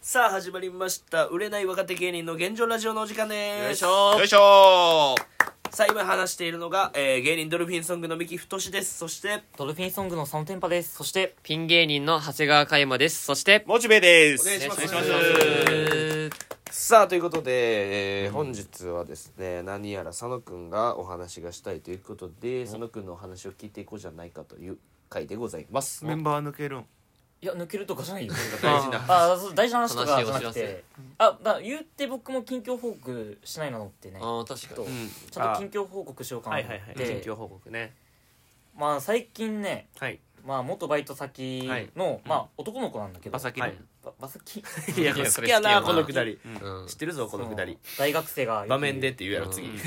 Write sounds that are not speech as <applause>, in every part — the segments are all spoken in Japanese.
さあ始まりました売れない若手芸人の現状ラジオのお時間ですよいしょさあ今話しているのが、えー芸人ドルフィンソングの三木太志ですそしてドルフィンソングのそのテンパです。そしてピン芸人の長谷川嘉馬ですそしてモチベですお願いしますお願いしさあということで、えー本日はですね何やら佐野くんがお話がしたいということで佐野くんのお話を聞いていこうじゃないかという回でございますメンバー抜けるんいや、抜けるとかじゃないよ。大事なああ、そう、大事な話とか話をじゃな知らくせて。あ、まあ、言って僕も近況報告しないなのってね。ちああ確かょっとにちゃんと近況報告しようかなと思っ近て。況報告ねまあ、最近ね、はいまあ、元バイト先の、まあ、男の子なんだけど。馬先はいば馬 <laughs> 先。いやいや好そきれやな好きやなこのくだりうん知ってるぞこのくだりその大学生が。場面でっ。て言うやろ次うん <laughs>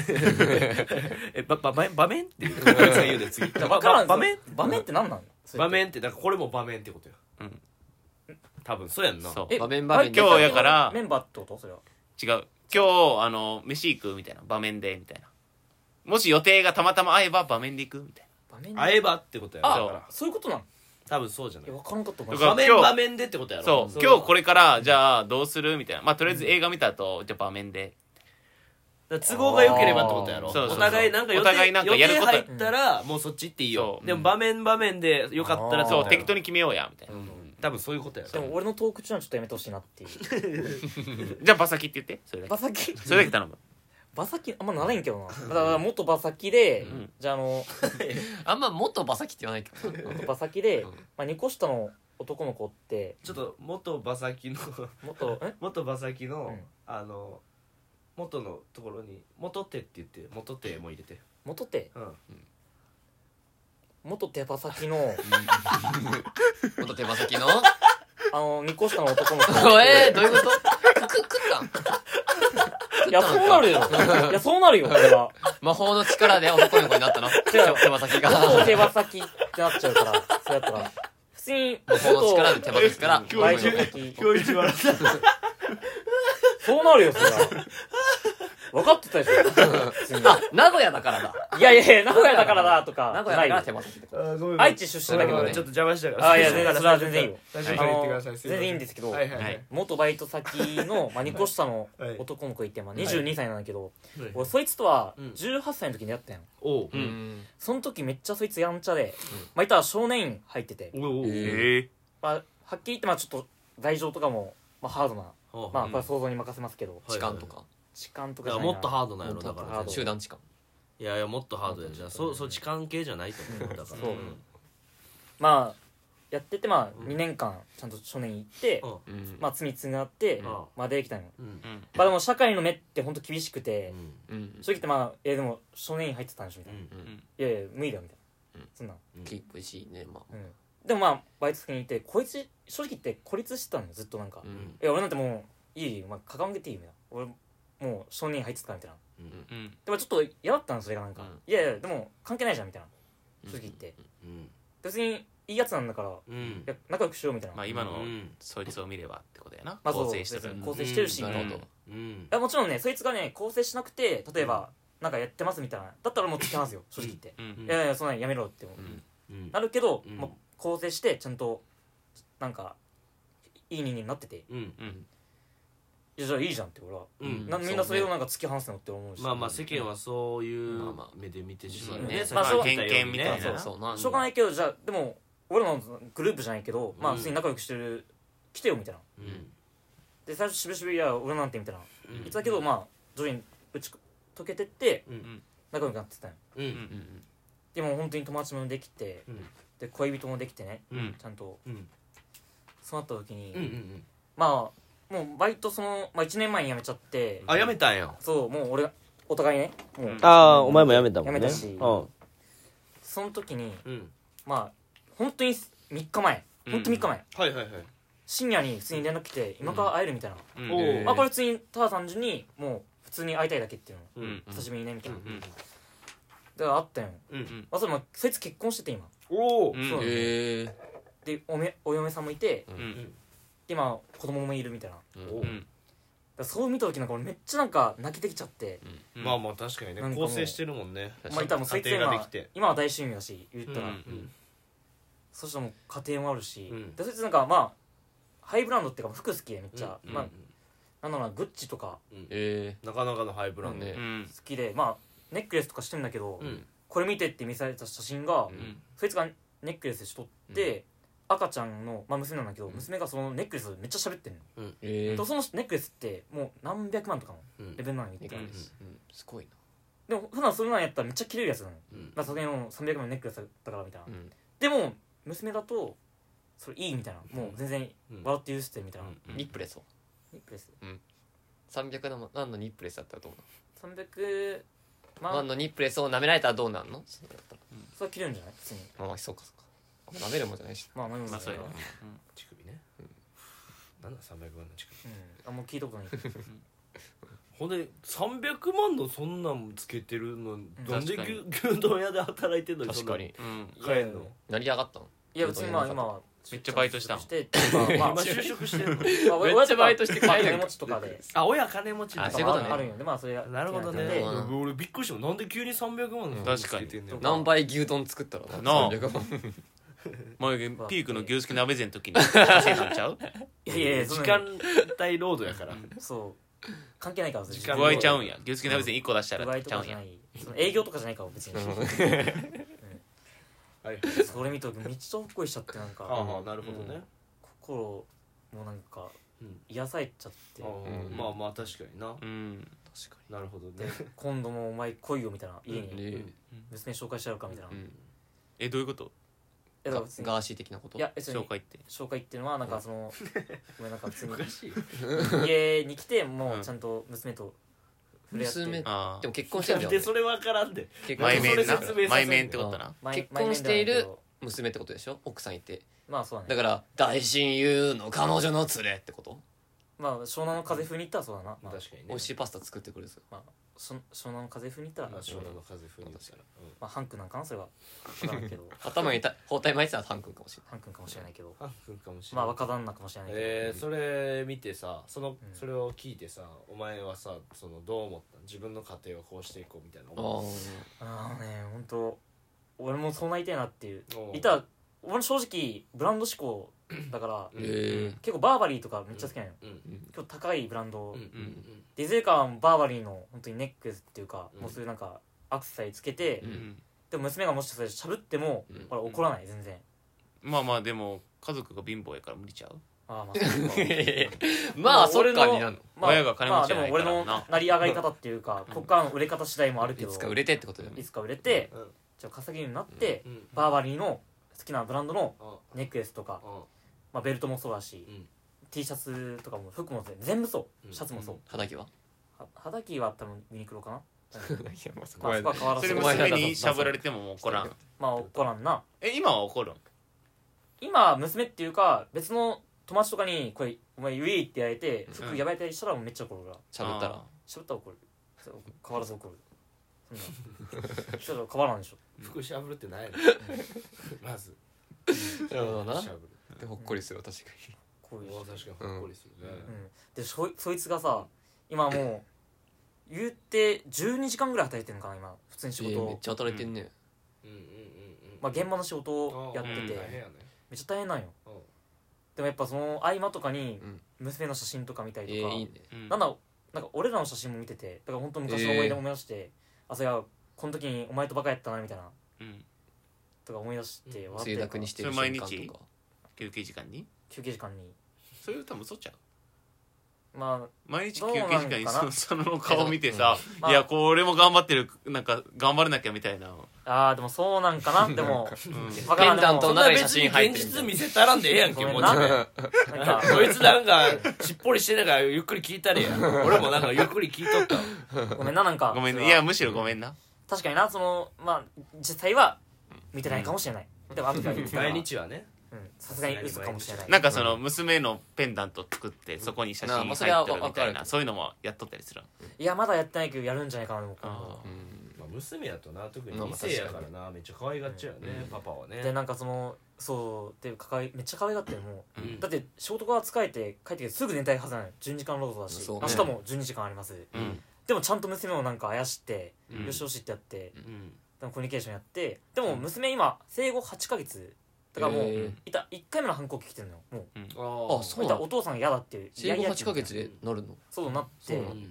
えばば場面場面って言うこいつが言うで次だばからばん場面場面って何なのそれ場って面ってだからこれも場面ってことようん多分そうやんなそうえ場面場面で今日やからメンバーってことそれは。違う今日あの飯行くみたいな場面でみたいなもし予定がたまたま合えば場面で行くみたい場面会えばってことやろだかあら、そういうことなの多分そうじゃないえ、わからんかった。ごめんだか場ら面今日場面でってことやなろそうれは今日これからじゃあどうするみたいなまあとりあえず映画見た後じゃあ場面でだから都合が良ければってことやろあーそうそうそうお互いなんか予定お互いなんかやること予定入ったらもうそっち行っていいよそうでも場面場面でよかったらあーそう適適当当に決めようやみたいな多分そういうことやでろも俺のトーク中はちょっとやめてほしいなっていうじゃあ場先って言ってそれだ馬け先 <laughs> それだけ頼む馬先あんまなれんけどなだから元馬先で、んじゃああ <laughs> のあんま元馬先って言わないけど <laughs> 元馬先で、うんまあ、2個下の男の子ってちょっと元馬先の <laughs> 元え元馬先のうんあの元のところに「元手」って言って「元手」も入れて元手うん元手馬先の元手馬先のあの2個下の男の <laughs> 子おえーどういうことくく食ったんいやそう <laughs> なるよいやそうなるよこれは魔法の力で男の子になったの手羽先が元手魔馬先ってなっちゃうからそうやったら普通に法の力で元手羽先から今バイ日ト中先今日一番そうなるよそれ <laughs> は分かってたでしょ普通にあ名古屋だからだいやいやいや名古屋だからだとか名古屋だからない手よ羽先愛知出身だけどごめんごめねんちょっと邪魔したからあいや全然それは全然いいよ大丈夫あはの言ってくださいすいません全然いいんですけどはいはいははいい元バイト先の、まあ、2個下のはい男の子いて、まあ、22歳なんだけど、はい俺そいつとはうん18歳の時に出会ったんよおうううんんその時めっちゃそいつやんちゃで、まあいたら少年院入ってて、おうおうえまあ、はっきり言ってまあちょっと罪状とかも、まあ、ハードな、おうまあはこれは想像に任せますけど、い痴漢とか痴漢とだかかじらゃないなもっとハードなのだかもっとハーらド集団痴漢いやいやもっとハードやじゃあそうそう痴漢系じゃないと思うだからそううんまあやっててまあ2年間ちゃんと少年院行って、うんうんまあ罪償って、んまあ出てきたんよ、うんまあでも社会の目って本当厳しくて、うん正直言ってまあえでも少年院入ってたんでしょみたいな、いやいや無理だよみたいな、うんそんなキープしいねまあうん、でもまあバイト先にいてこいつ正直言って孤立してたのよずっとなんか、ういんや俺なんてもういいまあ関わっていいよみたいな俺もう少年院入ってたからみたいなうんでもちょっと嫌だったのそれがなんか、うんいやいやでも関係ないじゃんみたいな正直言って、うん別にいいやつなんだからいうんや仲良くしようみたいな、まあま今のうんそいつを見ればってことやなあそう構成して別るに構成してるし、うんいなるほどうんやもちろんねそいつがね構成しなくて例えば、なんかやってますみたいなだったらもう突き放すよ正直言って、うんんいやいやそんなんやめろって思う、うんうんなるけど、うんもう構成してちゃんとなんかいい人間になっててうんうんいやじゃあいいじゃんって俺は、うんなそうねみんなそれをなんか突き放すのって思うし、まあまあ世間はそういうまあまあ目で見てしそまううだねねまあさっきそ言うったようにね偏見みたいなそうそうなしょうがないけどじゃあでも俺らのグループじゃないけど、まうあん普通に仲良くしてる来てよみたいなうんで最初しぶしぶいや俺なんてみたいなうん言ってたけど、まあ徐々に打ち解けてってうん仲良くなってたよううんんでも本当に友達もできて、うんで恋人もできてねうんちゃんとうんそうなった時に、うんうんまあもうバイトその、まあ、1年前に辞めちゃってあやめたんやそうもう俺がお互いねもう、うんああお前もやめたもんねやめたしうんその時にうんまあ本当に3日前本当3日前、はいはいはい深夜に普通に連絡来て今から会えるみたいな、うんおうえーあこれ普通にただ単純にもう普通に会いたいだけっていうの、ううんん久しぶりにねみたいな、うんだからあったよ、うんあそれもそいつ結婚してて今おおうんそうへえでおめお嫁さんもいてうんで今子供もいるみたいなだかうんうんらそう見た時なんか俺めっちゃなんか泣けてきちゃって、うんまあまあ確かにねなんかも構う成してるもんねまあ、いたらもうそいつ家庭がで今きて今は大親友だし言ったら、うんそしたらもう家庭もあるし、うんでそいつなんかまあハイブランドっていうか服好きでめっちゃ、うんまあなんだろうなグッチとかえなかなかのハイブえラなンんド、でうん好きでまあネックレスとかしてんだけど、うんこれ見てって見せられた写真が、うんそいつがネックレスしとって、赤ちゃんの、まあ、娘なんだけど、娘がそのネックレスめっちゃ喋ってんの、ええとそのネックレスってもう何百万とかのうんレベルなのにネ言っックてた、レスうんすごいなでも普段それなんやったらめっちゃ切れるやつなの、うんまあ、それの300万のネックレスだからみたいな、うんでも娘だとそれいいみたいなもう全然うん笑って許してみたいな、うんニップレスをネックレス300万のニップレスだったらどうなの300万、万のニップレスを舐められたらどうなんのそれだったらそれは切れるんじゃない普通にまあまあそうかそうか舐めるもんじゃないしまあまあでもまあそうやな乳首ね、なんだ300万の乳首うん、あんま聞いたことないけどほんで300万のそんなんつけてるのなんで確かに牛牛丼屋で働いてんのに確かにうんそんなん買えんの成り上がったのいや別にまあ今はめっちゃバイトしたのしてまあま今就職してるの <laughs> あめっちゃ親とかバイトして帰るまあ金持ちとかであ親金持ちあだそういうことねあるんよねまあそれがなるほどね気になってうん俺びっくりしたなんで急に300万の確かにつけてんのよ何倍牛丼作ったらなあ300万眉毛ピークの牛すき鍋膳の <laughs> 時に稼いだんちゃういやいや時そんな間帯労働やからそう関係ないからそれ時具間合ちゃうんや牛すき鍋膳1個出した不具合らとちゃかうんじゃやないその営業とかじゃないから別に <laughs> はいそれ見とくめっちゃほっこりしちゃってなんかああなるほどね心もなんかうん癒されちゃってああまあまあ確かになうん確かなるほどねで今度もお前来いよみたいな家ににで娘紹介しちゃうかみたいなういんえどういうことやだガから別にガーシー的なこといや別に紹介って紹介っていうのはなんかそのごめんなんか普通 <laughs> におかしい家に来てもうんうちゃんと娘と触れ合って娘あであも結婚してんだ <laughs> よでねそれ分からんで結婚前面なそれ説明させん前面ってことな前結婚している前面ではなけど娘ってことでしょ奥さんいてまあそうだねだから大親友の彼女の連れってことまあ湘南の風風に行ったらそうだな、まあ、確かに美ね味しいパスタ作ってくれるぞまあ、しょ湘南の風風に行ったら、ままあ湘南の風風に言ったらうんあ、ハン君なんかなそれは分からな <laughs> いけど頭にいた包帯巻いてたらタン君かもしれハン君かもしれないけど半分かもしれまなあい若旦那かもしれないけど、えー、それ見てさその、うんそれを聞いてさお前はさそのどう思った自分の家庭をこうしていこうみたいな思ないああね本当俺もそうなりたいなっていうおういた俺正直ブランド志向だからうあんえ結構バーバリーとかめっちゃ好きなのよ、うえん今日高いブランド、うんうんデゼーカーもバーバリーの本当にネックレスっていうか、うんもうそういうなんかアクセサリーつけて、ううんんでも娘がもしそれ喋っても、うん俺怒らない全然まあまあでも家族が貧乏やから無理ちゃうああまあそうかまあでもそ俺っのかになるまあ親が金持ちじゃまなあでいかも俺らなの成り上がり方っていうかこっからの売れ方次第もあるけのいどつか売れてってことだよいねつか売れてうんちょっと稼ぎになって、うんバーバリーの好きなブランドのあネックレスとか、あまあ、ベルトもそうだし、うん T シャツとかも服も全部そう、うんシャツもそう、肌着はは肌着は多分ユニクロかな、まあ、怖いそこは変わらそずれ娘にしゃぶられてももう怒らんまあ怒らんなえ今は怒るん今娘っていうか別の友達とかに「これお前ウィー」ってやられて服やばいたりしたらもうめっちゃ怒るからしゃぶったらあしゃぶったら怒るそう変わらず怒るそんなそしたら変わらんでしょ服しゃぶるってないのまずなるほどなしゃぶるでほっこりするわ確かにこういうお人確かにほっこりするね、うん、でそいそいつがさ今もう言って12時間ぐらい働いてるのかな今普通に仕え事えを、めっちゃ働いてんねうん、うんうんうんうんまあ、現場の仕事をやってうんて、大変めっやねちゃ大変なんようんでもやっぱその合間とかにうん娘の写真とか見たりええとか、いいねうんなんだなんか俺らの写真も見ててだから本当昔の思い出も思い出して、あそういやこの時にお前とバカやったなみたいなうんとか思い出して笑ってつるゆかだらくにしてるそれ瞬毎日間とか休憩時間に休憩時間にそれ多分嘘ちゃうまあ毎日休憩時間にどうなんかそなその <laughs> 顔見てさう、んいやまあこれも頑張ってるなんか頑張らなきゃみたいな、ああでもそうなんかなでもうんわペからンんダントのでも中に写真入って現るみた実いな見せたらんでええやんけごめもんうなちょっとなんか <laughs> こいつなんかしっぽりしてなんからゆっくり聞いたれや俺もなんかゆっくり聞いとったわごめんななんかごめんそねいれはやむしろごめんな、確かになそのまあ実際は見てないかもしれない、でも後から言ってたら毎日はねうんさすがに嘘かもしれないなんかその娘のペンダント作ってそこに写真なあ入まあっそれはてるみたいわかなるそういうのもやっとったりするいやまだやってないけどやるんじゃないかなでも今あ度うんまあ、娘やとな特にまあ2まあ確かに世やからなめっちゃ可愛がっちゃうよね、パパはねでなんかそのそうでかかいめっちゃ可愛がってもう、うんだって仕事から疲れて帰ってきてすぐ寝たいはずなのよ12時間労働だし、そうね明日も12時間あります、うんでもちゃんと娘をなんかあやして、うんよしよしってやってうんでもコミュニケーションやってでも娘今生後8ヶ月だからもへうーいた1回目の反抗期来てるのよもああそそうういなたのお父さんが嫌だってい生やい後や8ヶ月でなるのそうなっそうてなの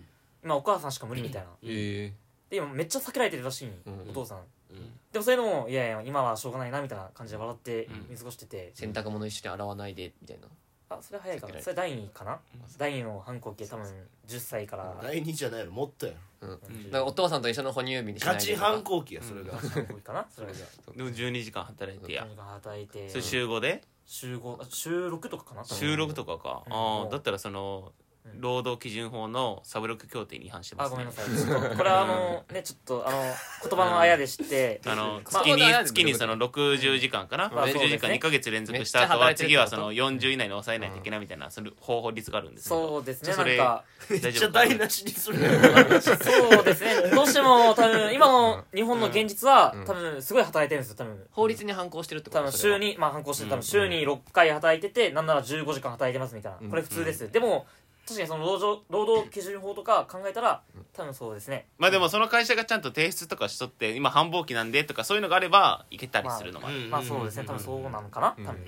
今お母さんしか無理みたいなえで今めっちゃ避けられてるらしいんよえうんお父さんうんでもそれでもいやいや今はしょうがないなみたいな感じで笑ってうん見過ごしてて洗濯物一緒に洗わないでみたいなあそれは早いか避けらなれてそれ第2かなうん第2の反抗期多分10歳から第二じゃないのもっとやろだからお父さんと一緒の哺乳瓶にしないガでチとか反抗期やそれが、反抗期かなそれがでも12時間働いてや何か働いてそれ週5で週5週6とかかな多分収録とかかうんあうあんだったらそのうん労働基準法のサブロック協定に違反してまあすごねめんなさいちょっとこれはあのねちょっとあの言葉のあやで知ってあのまあ月にまあ月にその60時間かなまあそう60で時す間ね2ヶ月連続した後めはっちゃ働いてる次はそのっ40以内に抑えないといけないみたいなその方法律があるんですけどそうですねそなんれかめっ大ち丈ゃ夫か台無しにするやろそうですねどうしても多分今の日本の現実はうん多分すごい働いてるんですよ多分法律に反抗してるってこ多と分それ週はにまあ反抗して多分週に6回働いててなんなら15時間働いてますみたいうんなこれ普通ですでも確かにその労働労働基準法とか考えたら多分そうですねまあでもその会社がちゃんと提出とかしとって今繁忙期なんでとかそういうのがあればいけたりするのもある、まあそうですね多分そうなのかなうん多分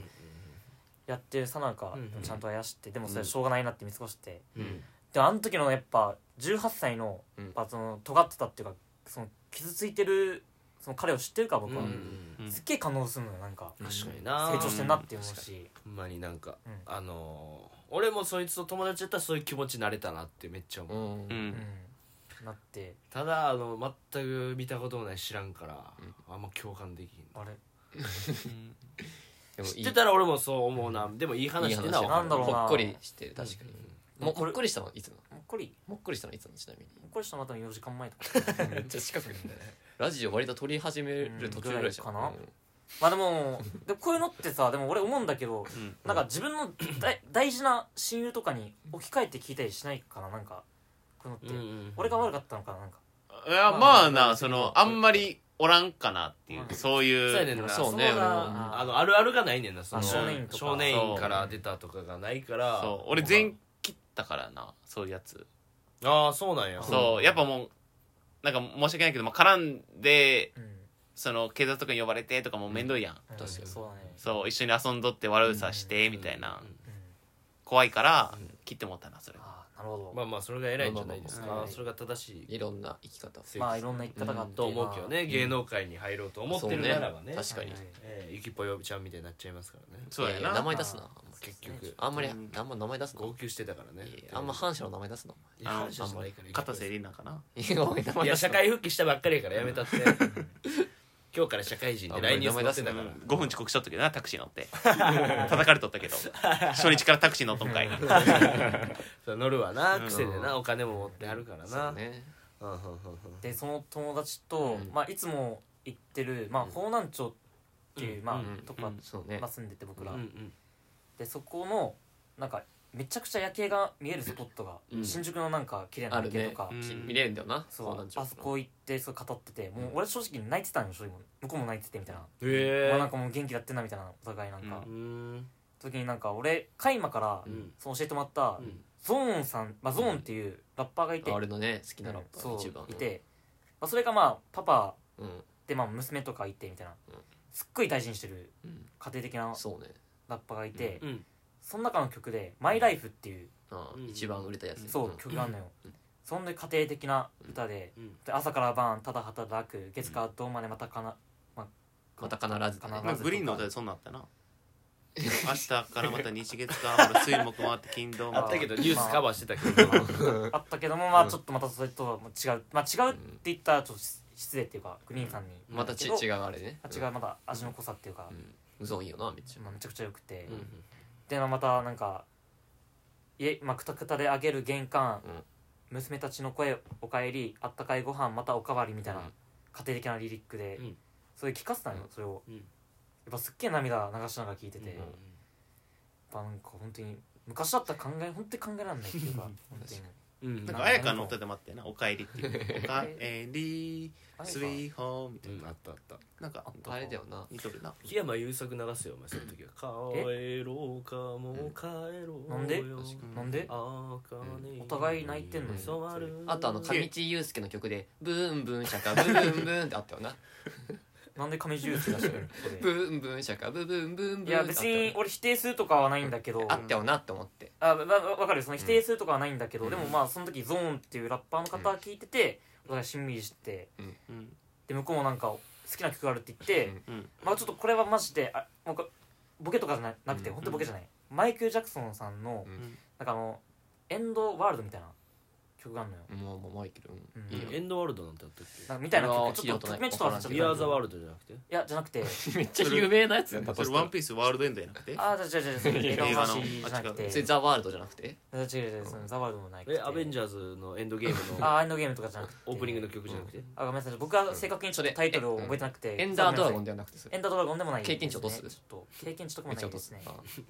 やってるさなかうんちゃんとあやしてでもそれはしょうがないなって見過ごしてうんであの時のやっぱ18歳のうんやっぱその尖ってたっていうかその傷ついてるその彼を知ってるから僕はうんうんすっげえ感動するのよなんか確かに成な長してんなって思うしほんまになんか、うんあのー俺もそいつと友達やったらそういう気持ちになれたなってめっちゃ思う、うんううんんうんなってただあの全く見たこともない知らんから、あんま共感できんあれでもい知いってたら俺もそう思うなでもいい話してなやわかるなんだろうなほっこりしてる確かにもこもれっこりしたのいつのもっこりもっこりしたのいつのちなみにもっこりしたのは多分4時間前とかめっちゃ近くにラジオ割と撮り始める途中ぐらいじゃんうんぐらいかまあでもでこういうのってさでも俺思うんだけどうんなんか自分の大大事な親友とかに置き換えて聞いたりしないかななんかこういううんのうってん俺が悪かったのかななんかいやまあまあまあなそのあんまりおらんかなっていううそんうそうやいねうんなそうねだ俺もあのあるあるがないねんなそのあ少年院とか少年院から出たとかがないからそう俺全切ったからなそういうやつああそうなんやそうやっぱもうなんか申し訳ないけど、まあ、絡んでうんその警察とかに呼ばれてとかも面倒いやん、確確かにそうだねそう一緒に遊んどって悪さしてみたいな、うんうん怖いから切ってもったなそれああなるほどまあまあそれが偉いんじゃないですか、まあまあまあそれが正しいいろんな生き方正義まあいろんな言い方があってと思うけどね、芸能界に入ろうと思ってるならばねそうね確かにはいえー、ゆきぽよちゃんみたいになっちゃいますからねそうやいやいや名な前出すな結局あんまりあんま名前出すな号泣してたからねいやいやあんま反社の名前出すなおいや反省してないから片瀬里奈かない前いやお前名前 <laughs> いや出す社な会復帰したばっかりやからやめ <laughs> たって今日から社会人で来年乗ってたからうん5分遅刻しとったけどなタクシー乗って叩かれとったけど初日からタクシー乗っとんかいそう乗るわな癖でなお金も持ってはるからそなうねうんうんうんうんでその友達と、うんまあ、いつも行ってる、まあ、方南町っていう、まあうんとこが、うんそうねまあ、住んでて僕うら、んうんでそこのなんかめちゃくちゃ夜景が見えるスポットが、うん新宿のなんか綺麗なあ夜る景ねとか、うん見れるんだよなそうなんちゃあそこ行ってそう語っててもう俺正直泣いてたのよ正直向こうも泣いててみたいな、まあ、なへんかもう元気だってんなみたいなお互いなんか、ううん時になんか俺カイマから、うんその教えてもらった、うんゾーンさん、まあ、ゾーンっていうラッパーがいて、あれのね好きなラッパーそう一番のいて、まあ、それがまあパパうんでまあ娘とかいてみたいな、うんすっごい大事にしてるうん家庭的なそうねラッパーがいて、うんその中の曲で「マイライフっていう、あうん一番売れたやつそう、ん曲があるのよ、そんで家庭的な歌で,、うんで朝から晩ただ働く月からどうまでまたかな、まあ、また必ずだねなんかグリーンの歌でそんなんあったな明日からまた日月火水木回って金土あ回っったてけどニュースカバーしてたけどあったけどもまあちょっとまたそれとはもう違うまあ違うって言ったらちょっと失礼っていうかグリーンさんに、またちけど違うあれねあ違うまだ味の濃さっていうか、うんうぞんいいよなめっちゃまあ、めちゃくちゃ良くて、うんでまたなんか家まあくたくたであげる玄関、うん娘たちの声おかえりあったかいご飯またおかわりみたいな、うん家庭的なリリックで、うんそれ聞かせたのよ、うんそれを、うんやっぱすっげえ涙流しながら聞いてて、うんやっぱなんか本当に昔だったら考え本当に考えられないっていうか本当にうんなんか綾香の歌でもあってな「おかえり」っていう「おかえりあれかスイーホー」みたういんなあったあったなんかあれだよな似とるな檜山優作流すよお前その時は帰ろうかもう帰ろうよなんでうんなんであかねお互い泣いてんのに染まる <laughs> あとあの上地雄介の曲で「ブンブンシャカブンブン」ってあったよななんで亀ジュース出してくるブ <laughs> ンブンシャカブブンブンブンいや別に俺否定するとかはないんだけどあったよなって思ってあわわわかるその否定するとかはないんだけど、でもまあその時ゾーンっていうラッパーの方が聞いてて、お互いしんみりしてうんで向こうもなんか好きな曲があるって言って、うんまあちょっとこれはマジであもうこボケとかじゃななくて、うん本当ボケじゃないマイケル・ジャクソンさんの、うんなんかあのエンドワールドみたいな曲があるのよ、もうもうマイケルうんうんいいよエンドワールドなんてあったっなけんかみたいなう曲わーちょっと聞いたことない曲名ちょっと忘れちゃったビアーザワールドじゃなくていやじゃなくてめっちゃ有名なやつやなそれワンピースワールドエンドやなくてああじゃあじゃあじゃあ <laughs> 映画の話じゃなくて映それザ・ワールドじゃなくて違う違う違うそのザワールドもないえアベンジャーャーズのエンドゲームのあーエンドゲームとかじゃなくてオープニングの曲じゃなくてあごめんなさい僕は正確にちょっとタイトルを覚えてなくてエンダードラゴンンではなくてそれエンダードラゴンでもない経験値落とすですねちょっと経験値とかめもっなちゃい落とですすね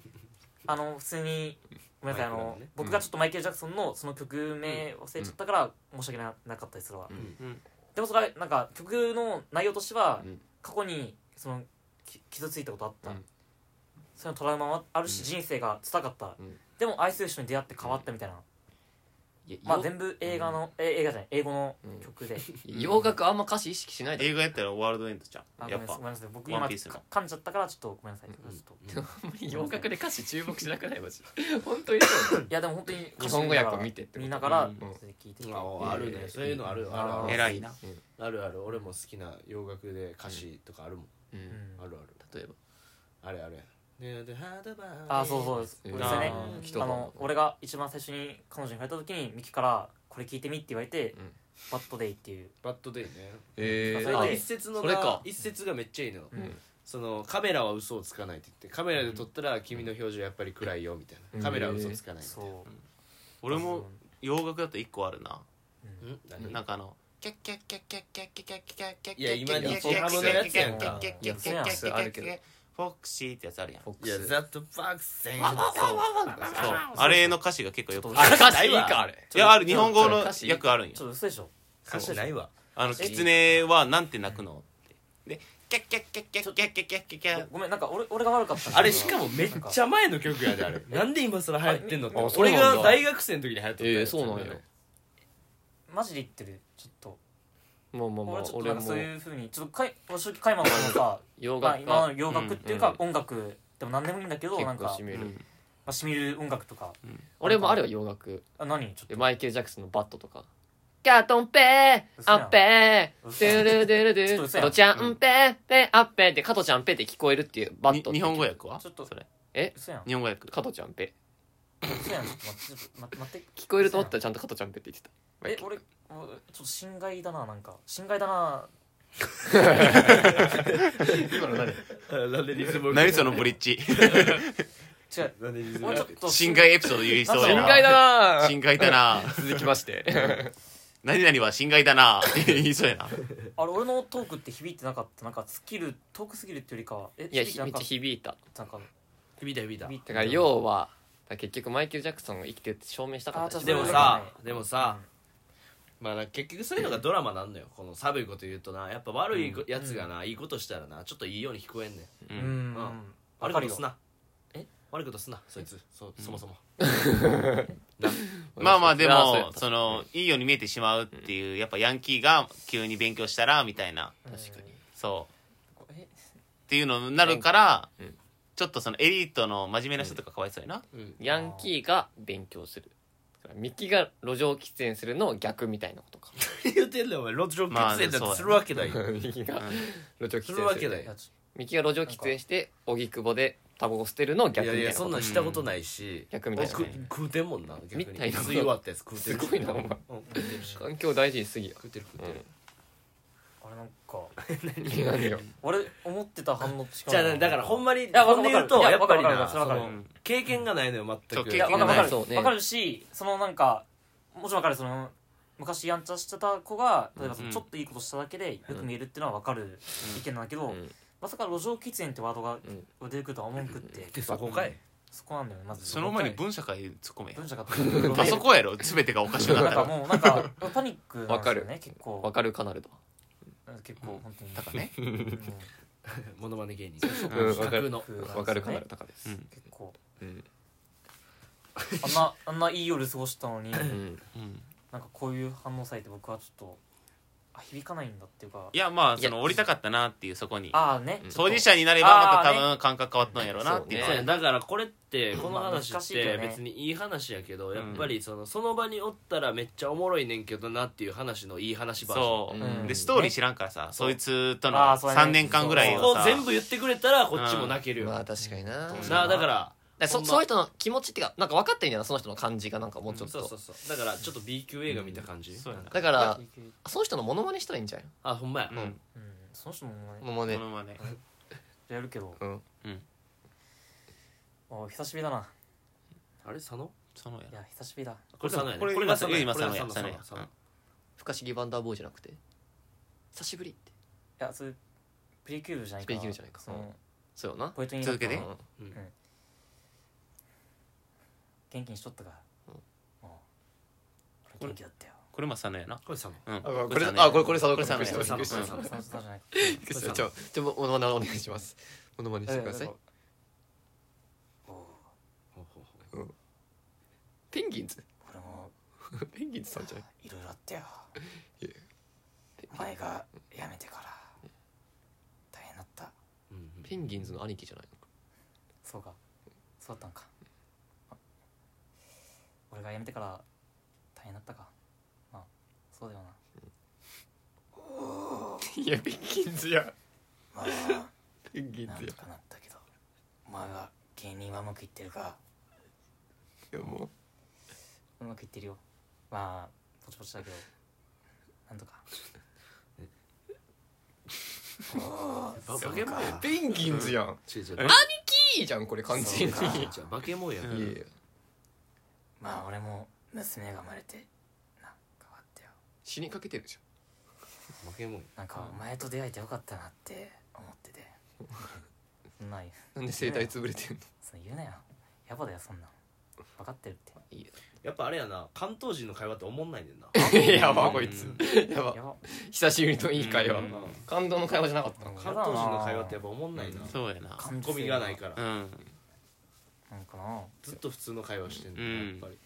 ああの普通にごめんなさいあマイクラののね僕がちょっとマイケル・ジャクソンのその曲名忘れちゃったから申し訳ななかったですそれはうんでもそれはなんか曲の内容としてはうん過去にそのき傷ついたことあったうんそのトラウマもあるし人生が辛かったうんでも愛する人に出会って変わったみたいないやまあよ全部映画のえ映画じゃない英語の曲で洋楽あんま歌詞意識しないで映画やったらワールドエンドじゃあんごやめっんなぱさいごめんなさい僕ワ今ンピースのか噛んじゃったからちょっとごめんなさいちょっとあんまり洋楽で歌詞注目しなくないマジ <laughs> 本当にそういやでも本当に日本語訳を見てってこと見ながらうんそれ聞いててああるねそういうのあるよああるあーる偉いなあるある俺も好きな洋楽で歌詞とかあるもんうんううんんあるある例えばあれあれああそうそうですうんこれですよねあーあの俺が一番最初に彼女に触れた時にミキから「これ聞いてみ」って言われてうん「バッドデイ」っていうバッドデイねえそーあれで一節のそれがか一節がめっちゃいいのうんそのカメラは嘘をつかないって言ってカメラで撮ったら君の表情やっぱり暗いよみたいうんなカメラは嘘つかないみたいなそう俺も洋楽だと一個あるなうん何なんかあのいや今にフォックスハムのやつやんかいやフォックスあるけどフォックシーってやつあるやんフォックいやスザットバックセンそうそうあれの歌詞が結構よくあ歌な詞いいいわかあれいやある日本語の歌詞訳あるんよちょっと嘘でしょ歌詞ないわあの狐はなんて鳴くのってでキャッキャッキャッキャッキャッキャッキャッキャッキャッごめんなんか俺俺が悪かったあれしかもめっちゃゃ前の曲やであれ <laughs> なんで今更流行ってんのってあそう俺なんだが大学生の時に流行ってたやつええそうなんやマジで言ってるちょっとまあまあま俺あちょっとな俺んかもそういうふうにちょっとかい正直カイマンはさ洋まあ楽今がの洋楽っていううかん音楽でも何でもいいんだけど結なん構かしめうるんまあしみる音楽とか俺もあるよ洋楽あ何ちょっでとマイケル・ジャクソンのバットとかキャトンペーアッペードゥルドゥルドちょっゥと嘘ルやんドちゃんペーペーアッペーって加トちゃんペーって聞こえるっていうバッにト日本語訳はちょっとそれ嘘やん日本語訳加トちゃんペ嘘やんちょっと待ってちょっと待って待ってー聞こえると思ったらちゃんと加トちゃんペーって言ってたマイえケル俺おちょっと侵害だななんか侵害だななんでリズム何そのブリッジ違うなんでリズム俺ちょっと深海エピソード言いそうや深な海だ <laughs> な深海だな続きまして何々は侵害だなって言いそうやなあれ俺のトークって響いてなかったなんかスキルトークすぎるっていうよりかはえいや響いひてなめっかっちゃ響いたたなんか見た見た響いてだから要はだから結局マイケル・ジャクソンが生きてるって証明したかったあしでじゃあもそれさでもさまあなんか結局そういうのがドラマなんのよこの寒いこと言うとなやっぱ悪いこやつがな、いいことしたらなちょっといいように聞こえんねんううんんうん悪わいこかるとよすなえ悪いことすなそいつそそもそも、まあまあでそれはもそうそのいいように見えてしまうっていうやっぱヤンキーが急に勉強したらみたいな確かにそうえっていうのになるからうんちょっとそのエリートの真面目な人とかかわいそうやなうん、ヤンキーが勉強するだからミキが路上喫煙するのを逆みたいなことか言ってんだよお前路上喫煙だってするわけだよ、ミキが路上す喫煙するるわけだいよやちミキが路上喫煙して荻窪でタバコ捨てるのを逆いやいみたいなやことそんなんしたことないし逆みたいな食食うてんもんな逆にみたいな吸い終わったやつ食うてするごいなお前うん食うてるし環境大事にしすぎや食うてる食うてる、ょあれなんか何よ俺思ってた反応と違うじゃあねだからほんまにいやわ本音かる言うとわかるやっぱりいやなわかるそわかるの経験がないのよ全そうく経いやわ験かがないるわかそうるねわかるしそのなんかもちろんわかるその昔やんちゃしてた子が例えばそのうんちょっといいことしただけでよく見えるっていうのはわかる意見なんだけど、うんまさか路上喫煙ってワードがん出てくるとは思うくって、でそこかいそこなんだよねまずその前に文社会突っ込め文や社が <laughs> あそこやろ全てがおかしくななっんたからもうなんかパニックなんわかでするよね結構わかるカナルド結構本当に高ねうんモノマネ芸人うん架空のうんわかるカナルドかですうん結構うんあんなあんないい夜過ごしたのにうんうんなんかこういう反応されて僕はちょっとあ響かないんだっていうかいやまあいそやの降りたかったなっていうそこにああね、うんちょっ当と事者になればまあたー多分感覚変わったんやろうなっていうねねそうやだからこれってこのまあ話難っしいけてどね別にいい話やけどやっぱりそのその場におったらめっちゃおもろいねんけどなっていう話のいい話バージョンそう、うんでストーリー知らんからさそいつとのあーそうやね3年間ぐらいそこをさを全部言ってくれたらこっちも泣けるよ、まあ確かになだかなだかららそほんまその人の気持ちっていうかなんか分かってるんだよなその人の感じがなんかもうちょっそうそとうそうだからちょっと B 級映画見た感じ、そうやなだから響くその人のモノマネしたらいいんじゃないあほんまや、うんもうん、その人もねモノマネのまねやるけどうんあ久しぶりだなあれ佐野そのやいや久しぶりだこれ佐野やねこれ今が佐野今これが佐野や佐野佐野や不可思議バンダーボーイじゃなくて久しぶりっていやそれプリキューブじゃないかプリキューブじゃないかそのそうよなポエトに続けてうん元気にしとったから、うん、俺元気だったよこれまさのやなこれ佐野うんあこれあこれこれ佐野これ佐び野っくりしたこびれっくり佐野したその人じゃ <laughs> ないかびっくりしたちょちょモノマネお願いしますモノマネしてくださいペンギンズ <laughs> 俺もペンギンズさんじゃないいろいろあったよいやお前が辞めてから大変だったペンギンズの兄貴じゃないのそうかそうだったんか俺が辞めてから大変だったかまあそうだよないやペンギンズやまあペンギンなんズとかなったけどお前は芸人はうまくいってるかやいやもうまくいってるよまあポチポチだけどなんとか <laughs> ババケモンやうペンギンズやん違う違ういいじゃんこれ完全に違う違うバケモンやいやいやまあ俺も娘が生まれてなんかあったよ死にかけてるじバケモンやなんかお前と出会えてよかったなって思って <laughs> てそんなん言うゃんなんで生態潰れてんのそんなん言うなよやばだよそんなん分かってるってやっぱあれやな関東人の会話って思んないねんな <laughs> やばこいつやばやば久しぶりのいい会話うん感動の会話じゃなかったの関東人の会話ってやっぱ思んないな、ツそうやな感ッコミがないから、うんなんかなずっと普通の会話してんの、うんやっぱり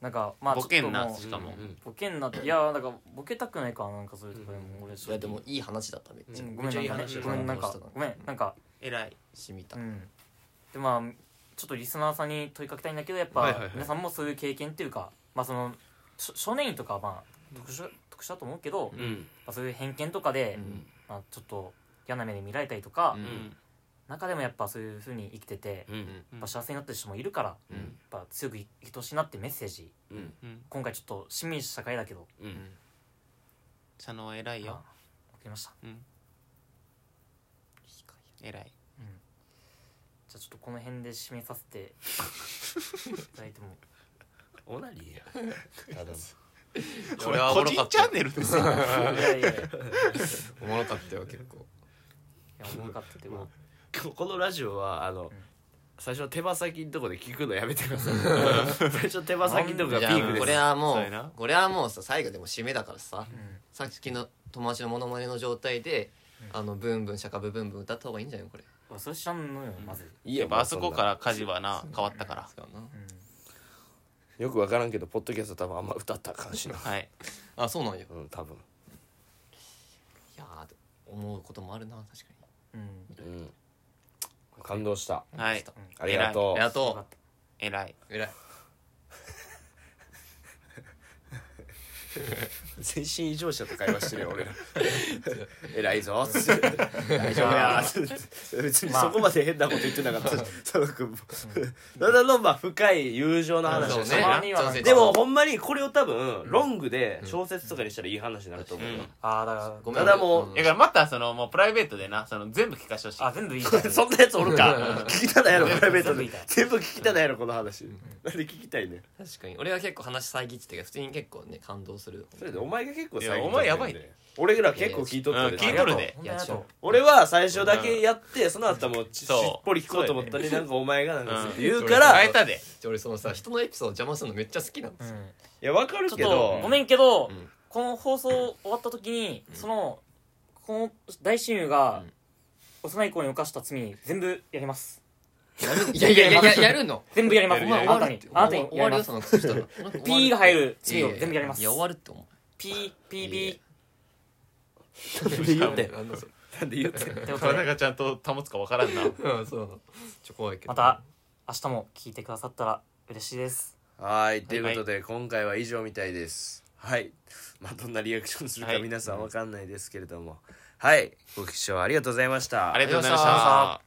なんかまあちょっボケとんなもうしかもうんボケんなっていやなんかボケたくないからなんかそういうとこでも俺いやでもいい話だっためっうちゃんごめっめんちゃいいなんかね話だごめんなんかうんごめんなんか偉い染みたうんでまあちょっとリスナーさんに問いかけたいんだけどやっぱ、はいはいはい皆さんもそういう経験っていうかまあそのし少年院とかはまあ特殊特殊だと思うけど、まうんあ、そういう偏見とかで、んまあ、ちょっと嫌な目で見られたりとか、うん中でもやっぱそういうふうに生きてて、うんうんやっぱ幸せになってる人もいるから、うんやっぱ強く生きてほしいなってメッセージうんうん今回ちょっと親民した回だけどうん佐野は偉いよあ送りましたうん偉いじゃあちょっとこの辺で締めさせていただいてもオナニーやただのこれはお個もろか人っチたャよンネルです <laughs> よいやいやいやいおもろかったよ結構や重かったけどここのラジオはあの、最初の手羽先のとこで聞くのやめてください最初の手羽先のとこがいピやークもうですこれはもそうやなうこれはもうさ最後でも締めだからさんさっきの友達のモノマネの状態であのブンブンシャカブブンブン歌った方がいいんじゃないのこれ俺それ知らんのよまず、いいよやっぱあそこからら家事はな変わったからそうやなよく分からんけどポッドキャスト多分あんま歌ったらあかんしなはいあそうなんやいうん多分やー思うこともあるな確かうん、うん感動したはいありがとにうありがよかとった偉いう偉い全身異常者と会話してるよ <laughs> 俺ら偉いぞっつって大丈夫や <laughs> 別にそこまで変なこと言ってなかった佐野君もただのまあ深い友情の話そでうねすそうやなそうねでもほんまにこれを多分ロングで小説とかにしたらいい話になると思うよああだかごめんただもだからまたそのもうプライベートでなその全部聞かしてほしいらあ全部いいからそんなやつおるか聞きた <laughs> ないやろプライベート全部いでいから全部聞きたないやろこの話なんで聞きたいねん確かに俺は結構話遮ってたけど普通に結構ね感動するそれでお前が結構いや後お前やばいね撮ってんで俺ら結構聞いとったうんで聞いとるでほんまにありがとう俺は最初だけやってその後はもうちしそうっぽり聞こうと思ったりなんかお前がなんかずっと言ううんか変らえいたでじゃあ俺そのさ人のエピソード邪魔するのめっちゃ好きなんでうすよんやわかるちょっけどとごめんけど、この放送終わった時に、そのこの大親友が、幼い子に犯した罪全部やりますいやいやいやいややるの全部やりますおあ前なたにあなたに終やわりるよますその靴したら P が入るいやい罪やいをや全部やりますいや終わるって思う PPP いやいや <laughs> なんで言ってなんだそれなんで言ってということ体でがちゃんと保つかわから <laughs> んなうんそうちょ怖いけどまた明日も聞いてくださったら嬉しいですはいということで、今回は以上みたいですはいまあどんなリアクションするはかい皆さんわかんないですけれどもはいご視聴ありがとうございましたありがとうございました